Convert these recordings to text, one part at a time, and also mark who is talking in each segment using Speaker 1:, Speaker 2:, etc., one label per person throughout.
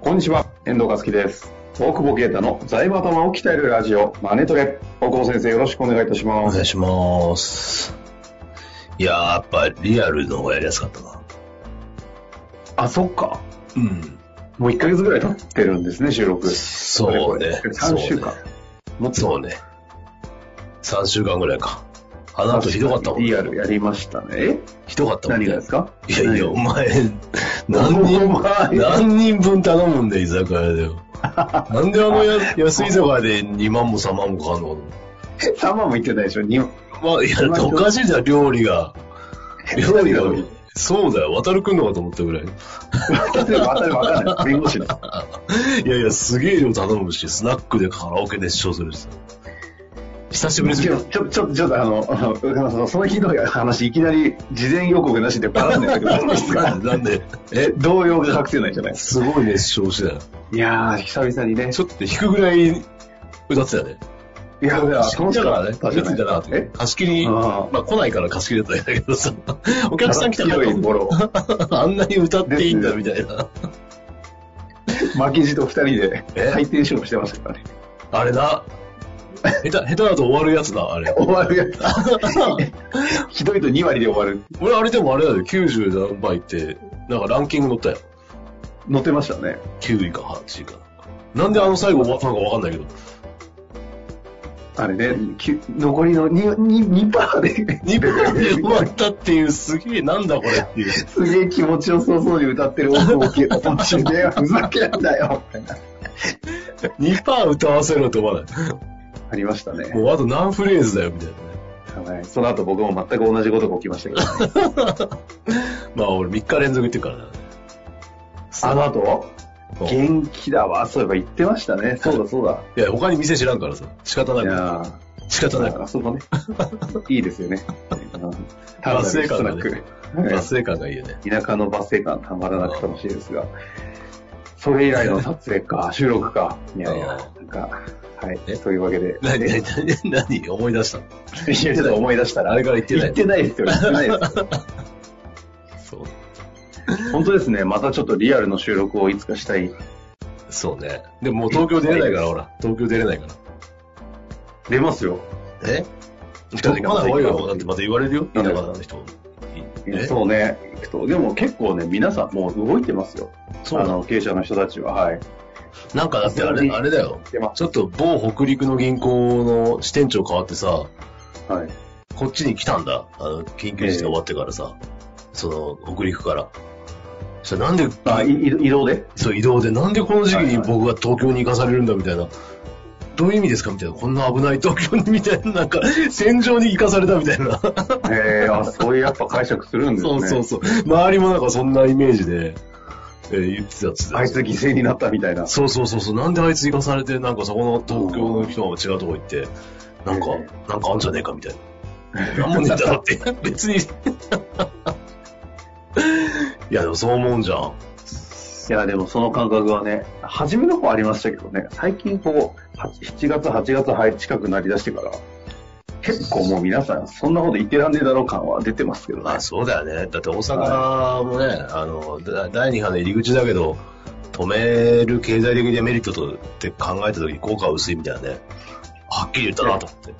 Speaker 1: こんにちは、遠藤和樹です。大久保啓太の財務頭を鍛えるラジオ、マネトレ。大久保先生、よろしくお願いいたし
Speaker 2: お
Speaker 1: ます。
Speaker 2: 願いします。いやー、やっぱリアルの方がやりやすかったな。
Speaker 1: あ、そっか。
Speaker 2: うん。
Speaker 1: もう1ヶ月ぐらい経ってるんですね、収録。
Speaker 2: そうね。
Speaker 1: 3週間。もっと
Speaker 2: そうね。そうね。3週間ぐらいか。あの後ひどかったもん。
Speaker 1: リアルやりましたね。え
Speaker 2: ひどかったもん
Speaker 1: 何
Speaker 2: ね。
Speaker 1: がですか
Speaker 2: いやいや、お前、何
Speaker 1: お
Speaker 2: 人も、
Speaker 1: 前
Speaker 2: 何人分頼むんだよ、居酒屋でよ。なんであ のや安い居酒屋で2万も3万もかかんの
Speaker 1: 3万も言ってないでしょ、2万。
Speaker 2: かと思うまあ、いや、おかしいじゃん、料理が。料理が。そうだよ、渡るくんのかと思ったぐらい。
Speaker 1: 例えば当たるわかんない。弁護士の。
Speaker 2: いやいや、すげえ量頼むし、スナックでカラオケで主張するしさ。久しぶりす
Speaker 1: ち
Speaker 2: ぎる
Speaker 1: ょ、。ちょ、ちょ、ちょっとあの、あの上原さんそのひどい話、いきなり事前予告なしでバラんでたけど、どうです
Speaker 2: な
Speaker 1: か
Speaker 2: んでなんで、
Speaker 1: え、 動揺が隠せないじゃないですか。
Speaker 2: すごい熱唱してたよ。
Speaker 1: いやー、久々にね。
Speaker 2: ちょっと弾くぐらい歌ってたよね。
Speaker 1: いや、楽しかっ
Speaker 2: だから
Speaker 1: た。
Speaker 2: ね、見てたなって
Speaker 1: え。
Speaker 2: 貸し切り、
Speaker 1: あ
Speaker 2: まあ来ないから貸し切りだったんだけどさ、お客さん来たか
Speaker 1: 広い頃、
Speaker 2: ら、あんなに歌っていいんだみたいな。
Speaker 1: 巻きじと二人で
Speaker 2: え
Speaker 1: 回転勝負してましたからね。
Speaker 2: あれな、下手、下手だと終わるやつだ、あれ。
Speaker 1: 終わる やつ。ひどいと2割で終わる。
Speaker 2: 俺あれでもあれだよ、90何倍って、なんかランキング乗ったよ。
Speaker 1: 乗ってましたね。
Speaker 2: 9位か8位か。なんであの最後終わったのかわかんないけど。
Speaker 1: あれね、きゅ残りの 2%, 2, 2で、
Speaker 2: 2分で終わったっていう、すげえ、なんだこれっていう。
Speaker 1: すげえ気持ちよさそうに歌ってる音を聞いた途中で、ふざけんなよみたいな
Speaker 2: 2パー歌わせろと思わない。
Speaker 1: ありましたね。
Speaker 2: もうあと何フレーズだよ、みたいなね。
Speaker 1: はいその後僕も全く同じことが起きましたけど、
Speaker 2: まあ俺3日連続言ってるからな。
Speaker 1: あの後、
Speaker 2: そうい
Speaker 1: 元気だわ。そういえば言ってましたね。そうだそうだ。
Speaker 2: や、他に店知らんからさ。仕方ないいから。
Speaker 1: やー
Speaker 2: 仕方ないか
Speaker 1: あそ こね。いいですよね。うん
Speaker 2: バスエ感がね
Speaker 1: ただのスナッ
Speaker 2: ら。
Speaker 1: ク
Speaker 2: 達成感がいいよね。
Speaker 1: 田舎のバスエ感たまらなく楽しいですが、それ以来の撮影か、収録か。いやいや、なんか、はい。
Speaker 2: え
Speaker 1: というわけで。
Speaker 2: 何、
Speaker 1: いや
Speaker 2: 何、 何、何思い出した
Speaker 1: ちょっと思い出したら、
Speaker 2: あれから言ってない
Speaker 1: 言ってないですよ。言ってないですよ。
Speaker 2: そう。
Speaker 1: 本当ですね。またちょっとリアルの収録をいつかしたい。
Speaker 2: そうね。でももう東京出れないから、ほら。東京出れないから。
Speaker 1: 出ますよ。
Speaker 2: え
Speaker 1: しか
Speaker 2: まだ
Speaker 1: し
Speaker 2: 怖いよ。だってまた言われるよ。
Speaker 1: な
Speaker 2: 田
Speaker 1: んで
Speaker 2: 舎
Speaker 1: ですか
Speaker 2: の人。
Speaker 1: いや
Speaker 2: え
Speaker 1: そうね。行くとでも結構ね、皆さんもう動いてますよ。
Speaker 2: そう
Speaker 1: あ
Speaker 2: なの。
Speaker 1: の、経営者の人たちは。はい。
Speaker 2: なんかだってあれ、あれだよ。
Speaker 1: 出ま
Speaker 2: ちょっと某北陸の銀行の支店長変わってさ、
Speaker 1: す。はい。
Speaker 2: こっちに来たんだ。あの、緊急事態終わってからさ、その、北陸から。そしたらなんで、
Speaker 1: あ、い移移動で
Speaker 2: そう移動で、なんでこの時期
Speaker 1: はい
Speaker 2: に
Speaker 1: はい
Speaker 2: 僕が東京に行かされるんだみたいな。どういう意味ですかみたいな。こんな危ない東京にみたいな、な んか、戦場に行かされたみたいな。
Speaker 1: ええあ、そういうやっぱ解釈するんです
Speaker 2: そ
Speaker 1: ね。
Speaker 2: うそうそう。周りもなんかそんなイメージで、えー言ってたっつってた
Speaker 1: あいつ犠牲になったみたいな。
Speaker 2: そうそうそうそう、なんであいつ行かされて、なんかそこの東京の人が違うとこ行って、なんか、
Speaker 1: え
Speaker 2: なんかあんじゃねえかみたいな。なんもねえんだろって、別に。いや、でもそう思うんじゃん。
Speaker 1: いや、でもその感覚はね、初めの方ありましたけどね、最近こう、は7月、8月はい近くなりだしてから、結構もう皆さん、そんなこと言ってらんねえだろう感は出てますけど
Speaker 2: ま
Speaker 1: ね
Speaker 2: あ。そうだよね。だって大阪もね、あの、だ第2波の入り口だけど、止める経済的デメリットとって考えた時に効果は薄いみたいなね。はっきり言ったなと思って。
Speaker 1: い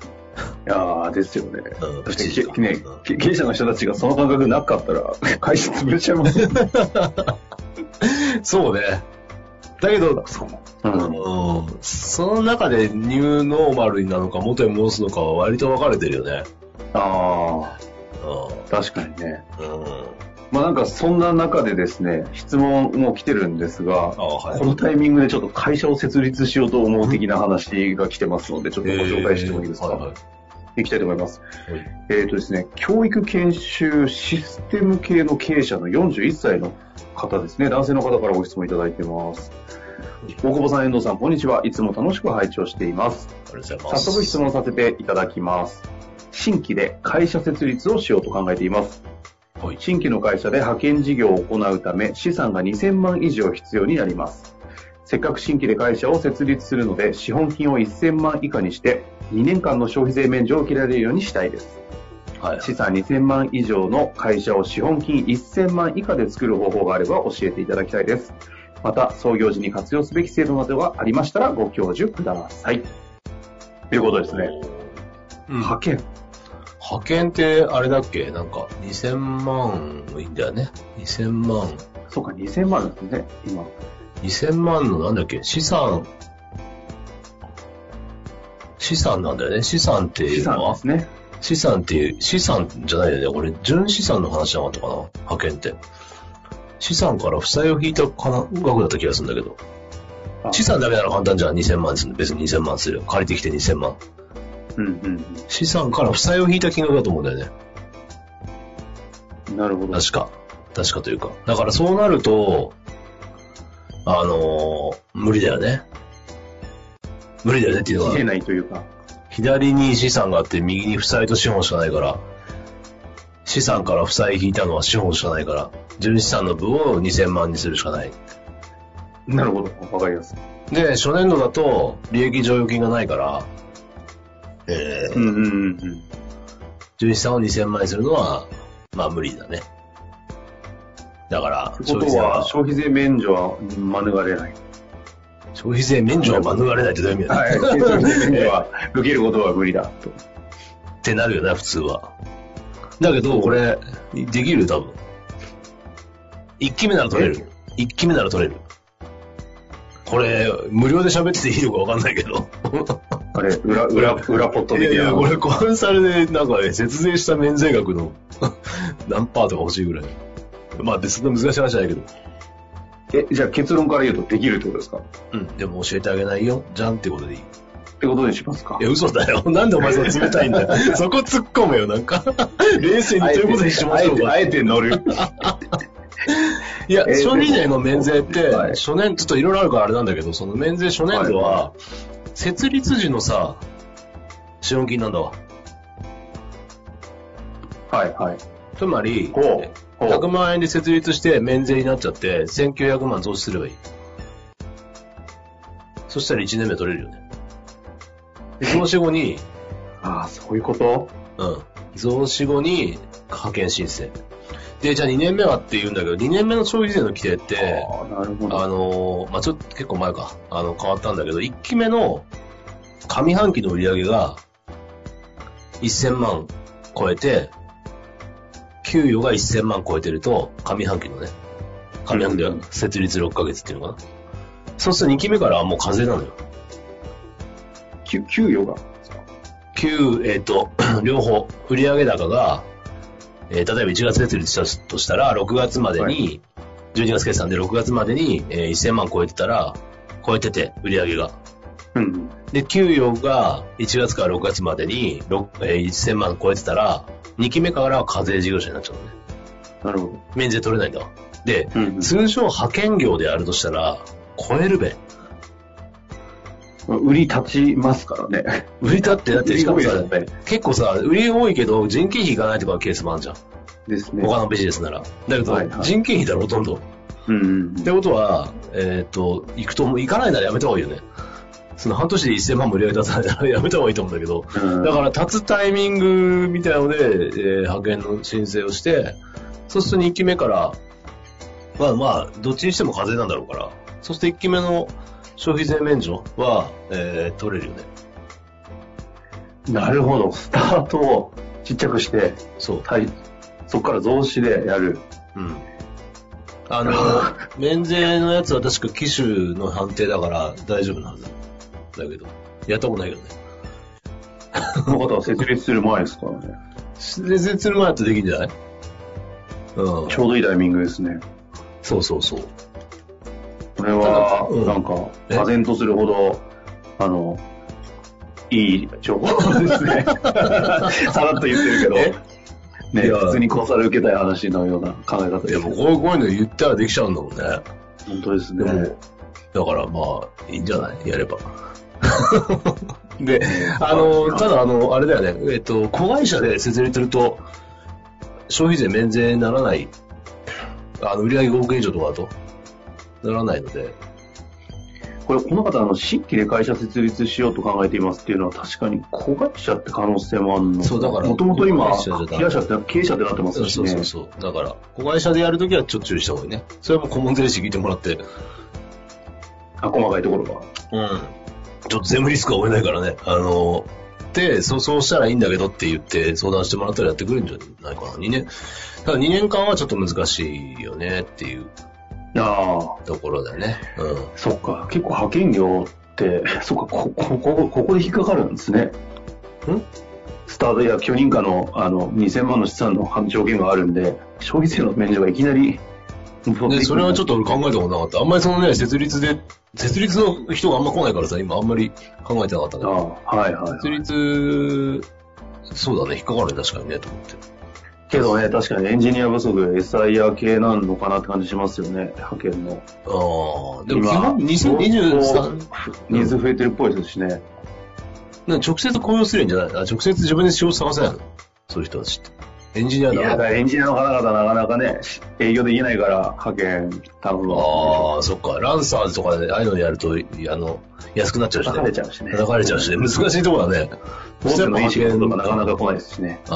Speaker 1: やー、ですよね。
Speaker 2: うん、
Speaker 1: そ
Speaker 2: プチ
Speaker 1: して
Speaker 2: 時
Speaker 1: け、ね
Speaker 2: 間、
Speaker 1: け経営者の人たちがその感覚なかったら、会社潰れちゃいますよね。
Speaker 2: そうね。だけど、
Speaker 1: うん。
Speaker 2: うんその中でニューノーマルなのか元に戻すのかは割と分かれてるよね。
Speaker 1: あ
Speaker 2: う
Speaker 1: ー、確かにね。
Speaker 2: ん。うん。
Speaker 1: まあなんかそんな中でですね、質問も来てるんですが
Speaker 2: あ、は
Speaker 1: このタイミングでちょっと会社を設立しようと思う的な話が来てますので、ちょっとご紹介してもいいですか、
Speaker 2: えーはいはい
Speaker 1: いきたいと思います。
Speaker 2: はい
Speaker 1: えっ、とですね、教育研修システム系の経営者の41歳の方ですね、男性の方からご質問いただいてます。大久保さん、遠藤さん、こんにちは。いつも楽しく拝聴しています。
Speaker 2: ありがとうございま
Speaker 1: 早
Speaker 2: す。
Speaker 1: 速質問させていただきます。新規で会社設立をしようと考えています。
Speaker 2: はい。
Speaker 1: 新規の会社で派遣事業を行うため資産が2000万以上必要になります。せっかく新規で会社を設立するので資本金を1000万以下にして2年間の消費税免除を受けられるようにしたいです。
Speaker 2: はい。
Speaker 1: 資産2000万以上の会社を資本金1000万以下で作る方法があれば教えていただきたいです。また、創業時に活用すべき制度などがありましたらご教授ください。ということですね。
Speaker 2: うん
Speaker 1: 派遣。
Speaker 2: 派遣ってあれだっけなんか2000万いいんだよね。2000万。
Speaker 1: そうか、2000万ですね、今。
Speaker 2: 2000万のなんだっけ資産。資産なんだよね。資産ってい
Speaker 1: 資
Speaker 2: うの
Speaker 1: 産で
Speaker 2: は
Speaker 1: すね。
Speaker 2: 資産っていう、資産じゃないよね。これ、純資産の話じゃなかったかな派遣って。資産から負債を引いたかな額だった気がするんだけど。
Speaker 1: あ
Speaker 2: 資産だけなら簡単じゃん。2000万です。別に2000万するよ。借りてきて2000万。
Speaker 1: うんうん
Speaker 2: 資産から負債を引いた金額だと思うんだよね。
Speaker 1: うん。なるほど。
Speaker 2: 確か。確かというか。だからそうなると、あのー無理だよね。無理だよねっていうの
Speaker 1: 消え
Speaker 2: は、
Speaker 1: ないというか。
Speaker 2: 左に資産があって、右に負債と資本しかないから、資産から負債引いたのは資本しかないから、純資産の分を2000万にするしかない。
Speaker 1: なるほど。わかります。
Speaker 2: で、初年度だと、利益剰余金がないから、えー
Speaker 1: うんうんうんうん。
Speaker 2: 純資産を2000万にするのは、まあ無理だね。だから、
Speaker 1: ってことは、消費税免除は免れない。
Speaker 2: 消費税免除は免れないってどういう意味だ、
Speaker 1: はい。 消費税免除は受けることは無理だと。
Speaker 2: ってなるよね、普通は。だけど、これ、できる多分。1期目なら取れる。1期目なら取れる。これ、無料で喋ってていいのかわかんないけど。
Speaker 1: あれ、裏、裏、裏ポット
Speaker 2: い
Speaker 1: 的な。
Speaker 2: やいや、これコンサルで、なんかね、節税した免税額の 何パーとか欲しいぐらい。まあ、別の難しい話じゃないけど。
Speaker 1: え、じゃあ結論から言うとできるってことですかっ
Speaker 2: うん、でも教えてあげないよ、じゃんってことでいい。
Speaker 1: てことにしますか
Speaker 2: いや、嘘だよ。なんでお前それ冷たいん だよ。そこ突っ込めよ、なんか。冷静にということにしま
Speaker 1: あ
Speaker 2: し
Speaker 1: え
Speaker 2: ょう
Speaker 1: て、
Speaker 2: か
Speaker 1: あ。えて乗る。
Speaker 2: いや、
Speaker 1: えー
Speaker 2: 消費税の免税って、
Speaker 1: はい
Speaker 2: 初年、ちょっといろいろあるからあれなんだけど、その免税初年度は、設立時のさ、資本金なんだわ。
Speaker 1: はい、はい。
Speaker 2: つまり、
Speaker 1: ほうほう
Speaker 2: 100万円で設立して免税になっちゃって、1900万増資すればいい。そしたら1年目取れるよね。で増資後に、
Speaker 1: ああ、そういうこと
Speaker 2: うん。増資後に派遣申請。で、じゃあ2年目はって言うんだけど、2年目の消費税の規定って、
Speaker 1: ああ、なるほ
Speaker 2: あ
Speaker 1: ど。
Speaker 2: のーまあ、ちょっと結構前か、あの、変わったんだけど、1期目の上半期の売り上げが1000万超えて、給与が1000万超えてると、上半期のね、上半期は設立6ヶ月っていうのかな。そうすると2期目からはもう課税なのよ。
Speaker 1: 給給与が。
Speaker 2: 旧、えっ、と、 両方、売上高が、えー例えば1月設立したとしたら、6月までに、
Speaker 1: は
Speaker 2: 12月決算で6月までに、えー1000万超えてたら、超えてて、売上が。
Speaker 1: うん。
Speaker 2: で、給与が1月から6月までに、ろえー1000万超えてたら、2期目からは課税事業者になっちゃうのね。
Speaker 1: なるほど。
Speaker 2: 免税取れないんだわ。で、
Speaker 1: うん
Speaker 2: 通常派遣業であるとしたら、超えるべ。
Speaker 1: まあ売り立ちますからね。
Speaker 2: 売り立って、だってしかも
Speaker 1: 売
Speaker 2: さ
Speaker 1: り多いですね、
Speaker 2: 結構さ、売り多いけど、人件費いかないとかケースもあるじゃん。
Speaker 1: ですね。
Speaker 2: 他のビジネスなら。だけど、
Speaker 1: はいはい
Speaker 2: 人件費だろ、ほとんど。
Speaker 1: うんうん。
Speaker 2: ってことは、えっ、と、行くと、もう行かないならやめた方がいいよね。その半年で1000万無理やり出さないならやめた方がいいと思うんだけど、
Speaker 1: うん
Speaker 2: だから立つタイミングみたいなので、えー派遣の申請をして、そうすると2期目から、まあまあ、どっちにしても課税なんだろうから、そうすると1期目の消費税免除は、えー取れるよね。
Speaker 1: なるほど。スタートをちっちゃくして、
Speaker 2: そう。
Speaker 1: はい。そこから増資でやる。
Speaker 2: うん。あの、免税のやつは確か機種の判定だから大丈夫なはず。だけど、やったことないけどね。
Speaker 1: この方は設立する前ですからね。
Speaker 2: 全然する前だとできんじゃないうん。
Speaker 1: ちょうどいいタイミングですね。
Speaker 2: そうそうそう。
Speaker 1: これは
Speaker 2: ただう、ん
Speaker 1: なんか、
Speaker 2: え
Speaker 1: 唖然とするほど、あの、いい情報ですね。 さらっと言ってるけど
Speaker 2: え。い
Speaker 1: ね、
Speaker 2: や
Speaker 1: 普通にコンサル受けたい話のような考え方で
Speaker 2: ですも
Speaker 1: ね。
Speaker 2: こういうこういうの言ったらできちゃうんだもんね。
Speaker 1: 本当です
Speaker 2: でも、
Speaker 1: ね。
Speaker 2: だからまあ、いいんじゃないやれ ば。で、あの、ただあの、あれだよね、えっと、子会社で設立すると、消費税免税にならない、あの、売上5億円以上とかだと、ならないので、
Speaker 1: これ、この方、あの、新規で会社設立しようと考えていますっていうのは、確かに子会社って可能性もあるの
Speaker 2: そうだから
Speaker 1: もともと今、
Speaker 2: 子会社じゃダメ
Speaker 1: 経営者って、経営者ってなってま
Speaker 2: そ
Speaker 1: す
Speaker 2: う
Speaker 1: し
Speaker 2: そう
Speaker 1: ね。
Speaker 2: そうそう。だから、子会社でやるときはちょっと注意した方がいいね。それはもう顧問税理士聞いてもらって、
Speaker 1: あ、細かいところが。
Speaker 2: うん。ちょっと全部リスクは負えないからね。あの、で、そう、そうしたらいいんだけどって言って相談してもらったらやってくれるんじゃないかな。2年、ただ2年間はちょっと難しいよねっていう
Speaker 1: ああ、
Speaker 2: ところだよね。うん。
Speaker 1: そっか。結構派遣業って、 そっか、こ、ここ、ここで引っかかるんですね。
Speaker 2: ん
Speaker 1: スタートや許認可の、あの、2000万の資産の条件があるんで、消費税の免除がいきなり、
Speaker 2: で、それはちょっ
Speaker 1: っ
Speaker 2: と俺考えたことなかった。あんまりそのね、設立で、設立の人があんま来ないからさ、今あんまり考えてなかったけ
Speaker 1: あ
Speaker 2: ど。
Speaker 1: あ、はいはい、はい。
Speaker 2: 設立、そうだね、引っかかるね、確かにね、と思って。
Speaker 1: けどね、確かにエンジニア不足、SIR 系なのかなって感じしますよね、派遣の。
Speaker 2: ああ、でも基
Speaker 1: 今
Speaker 2: 本2023、
Speaker 1: ニーズ増えてるっぽいですしね。
Speaker 2: な直接雇用するんじゃないあ直接自分で仕事探せないのそういう人たちって。エンジニア
Speaker 1: いや、だ
Speaker 2: だ
Speaker 1: か
Speaker 2: な。
Speaker 1: らエンジニアの方々なかなかね、営業できないから派遣頼むわ。
Speaker 2: ああ、そっか。ランサーズとかで、ああいうのやると、いあの、安くなっちゃうしね。
Speaker 1: 叩かれちゃうしね
Speaker 2: 叩かれちゃうしね。難しいところだね。
Speaker 1: 大手のいい仕事とかな
Speaker 2: な
Speaker 1: か
Speaker 2: か
Speaker 1: な
Speaker 2: な
Speaker 1: か
Speaker 2: か。
Speaker 1: 来ないですしね。
Speaker 2: ああ。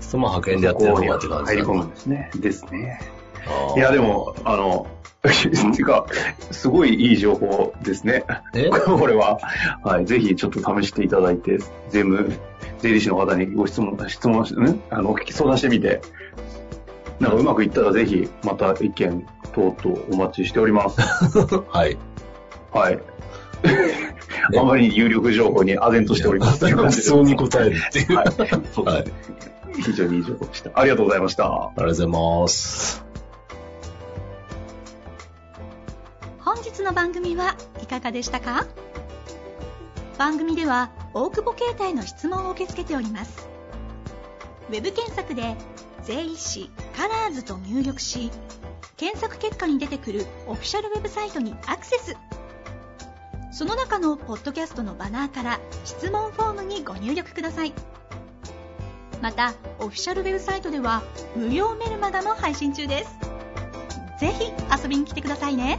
Speaker 2: その派遣でやってるのかって感じ
Speaker 1: 入り
Speaker 2: だ
Speaker 1: 込
Speaker 2: ね
Speaker 1: むんですね。ですね。
Speaker 2: あー
Speaker 1: いや、でも、あの、 てか、すごいいい情報ですね。
Speaker 2: え
Speaker 1: これは、はい、ぜひちょっと試していただいて、税務、税理士の方にご質問、質問し、んあの、お聞き相談してみて、なんかうまくいったらぜひ、また意見等々お待ちしており ます。
Speaker 2: はい。
Speaker 1: はい。あまり有力情報に唖然としております。
Speaker 2: 普通に答えるっていう。
Speaker 1: は
Speaker 2: はいい。ありがとう
Speaker 1: はい。非常にいい情報でした。ありがとうございました。
Speaker 2: ございます。
Speaker 3: 本日の番組はいかがでしたか番組では大久保携帯の質問を受け付けておりますウェブ検索で「税理士カラーズと入力し検索結果に出てくるオフィシャルウェブサイトにアクセスその中のポッドキャストのバナーから質問フォームにご入力くださいまたオフィシャルウェブサイトでは無料メルマガも配信中ですぜひ遊びに来てくださいね